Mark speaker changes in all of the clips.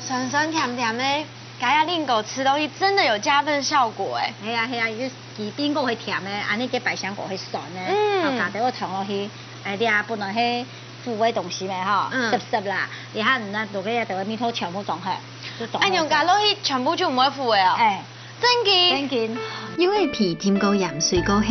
Speaker 1: 酸酸甜甜的，加下令狗吃东西真的有加分效果哎。
Speaker 2: 系啊系啊，伊鱼边个会甜的，安尼个白香果会酸的，
Speaker 1: 嗯
Speaker 2: 啊，加到我糖落去，哎呀，不能去腐的东西咪吼，
Speaker 1: 嗯
Speaker 2: 湿湿啦，然后呢，落去啊，就个面头全部装好，就装好
Speaker 1: 哎，你用加落去全部就唔会腐的哦。
Speaker 2: 哎，
Speaker 1: 真
Speaker 2: 真
Speaker 1: 嘅。
Speaker 2: 紧。
Speaker 3: 因为皮浸过盐水过后，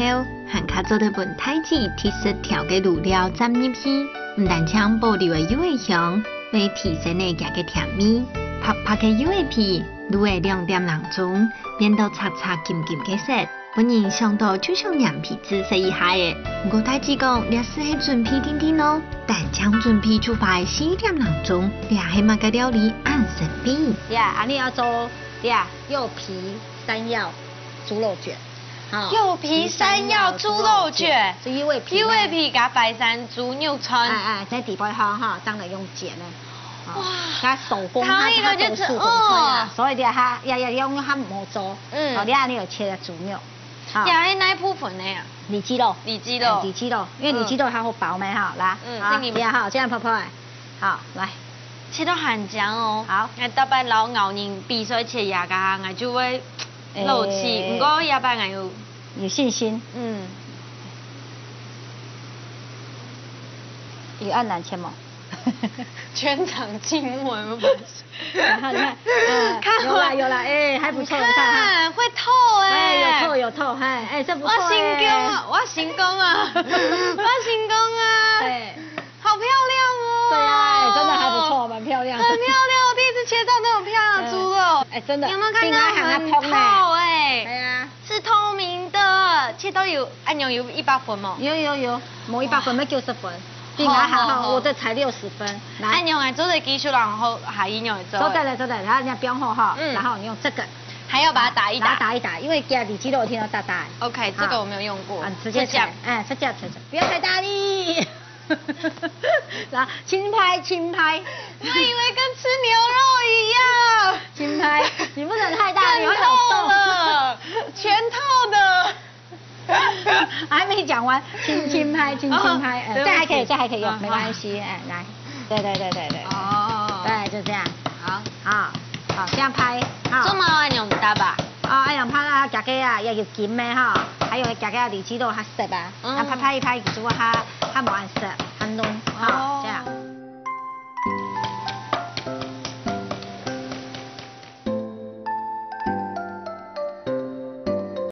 Speaker 3: 含卡做的本太子特色调嘅卤料浸入去，唔但将保留嘅柚香，为提升嘅家嘅甜味。拍拍嘅柚皮，卤嘅两点两钟，变到擦擦金金嘅色。本人想到就像羊皮子食一下嘅，不过太子讲，你是去准备点点咯，但将准备出发四点两钟，你系物嘅料理按神秘。
Speaker 2: 呀，安尼要做呀，柚皮山药猪肉卷，哈
Speaker 1: 柚皮山药猪肉卷
Speaker 2: 是柚皮，
Speaker 1: 因为，皮加白山猪肉串
Speaker 2: 哎，哎，在底部香哈，当然用剪的。
Speaker 1: 嗯哇
Speaker 2: 哇，它手工它
Speaker 1: 汤一
Speaker 2: 它
Speaker 1: 个就
Speaker 2: 都
Speaker 1: 吃
Speaker 2: 是手工
Speaker 1: 哦，
Speaker 2: 啊所以的它要要用它磨粥，
Speaker 1: 嗯
Speaker 2: 嗯，好，你安尼有切的猪肉，好，
Speaker 1: 加下那一部分的啊呀，
Speaker 2: 里脊肉，
Speaker 1: 里脊肉
Speaker 2: 哎里脊肉，因为里脊肉它好薄嘛，哈，来，
Speaker 1: 嗯
Speaker 2: 好
Speaker 1: 这里
Speaker 2: 这样好，这样泡泡，好，来，
Speaker 1: 切到很酱哦。
Speaker 2: 好
Speaker 1: 哎，大班老咬人鼻水切牙噶，我就会
Speaker 2: 哎
Speaker 1: 漏气。不过牙班我有，
Speaker 2: 有信心，
Speaker 1: 嗯，
Speaker 2: 有按难切 吗？
Speaker 1: 全场静默。
Speaker 2: 然后 你 看，呃
Speaker 1: 看
Speaker 2: 有啦
Speaker 1: 我
Speaker 2: 有啦，哎，还不错，
Speaker 1: 你
Speaker 2: 你看哈。
Speaker 1: 看会透哎，
Speaker 2: 哎，有透有透，哎哎，这不
Speaker 1: 我成
Speaker 2: 错
Speaker 1: 功
Speaker 2: 哎
Speaker 1: 啊！我成功啊！我成功啊！
Speaker 2: 对
Speaker 1: 好漂亮哦！
Speaker 2: 对啊，哎真的还不错，蛮漂亮的。
Speaker 1: 很漂亮，我第一次切到那种漂亮的啊猪肉。
Speaker 2: 哎真的
Speaker 1: 有没有看到
Speaker 2: 饼干
Speaker 1: 很
Speaker 2: 还很透
Speaker 1: 透
Speaker 2: 哎
Speaker 1: 哎？
Speaker 2: 呀，
Speaker 1: 是透明的，切到有按钮有一百分哦。
Speaker 2: 有有有，某一百分，没九十分，比我还
Speaker 1: 好好好哎
Speaker 2: 好，我这才六十分。
Speaker 1: 按
Speaker 2: 来，
Speaker 1: 钮啊来做的技术，然后还一钮做
Speaker 2: 收。在了收在了，然后你要标号哈，
Speaker 1: 嗯
Speaker 2: 然后你用这个
Speaker 1: 还要把它打一
Speaker 2: 然
Speaker 1: 打
Speaker 2: 后。打一打，因为给里肌肉听到大大，
Speaker 1: OK，这个我没有用过
Speaker 2: 啊，你。直接
Speaker 1: 这样
Speaker 2: 踩，哎，这样踩踩，不要太大力。 然后轻拍轻拍，
Speaker 1: 我以为跟吃牛肉一样。
Speaker 2: 轻拍，你不能 太大力，你
Speaker 1: 更
Speaker 2: 会好
Speaker 1: 透
Speaker 2: 痛
Speaker 1: 了， 全透 的。
Speaker 2: 还没讲完，轻轻拍，轻轻拍，
Speaker 1: 哦
Speaker 2: 呃
Speaker 1: 对不
Speaker 2: 这
Speaker 1: 起
Speaker 2: 还可以，这还可以
Speaker 1: 嗯
Speaker 2: 用，没关系，哎，来，对对对对对，
Speaker 1: 哦，
Speaker 2: 对，就这样，
Speaker 1: 好，
Speaker 2: 啊，好，这样拍，啊
Speaker 1: 这么按钮唔得吧？
Speaker 2: 啊，哎呀，拍啊，夹鸡啊，要入金的哈，还有夹鸡啊，里脊都较熟啊，
Speaker 1: 嗯哦
Speaker 2: 啊，拍拍一拍，其实我较较无按熟，很浓，啊，这样。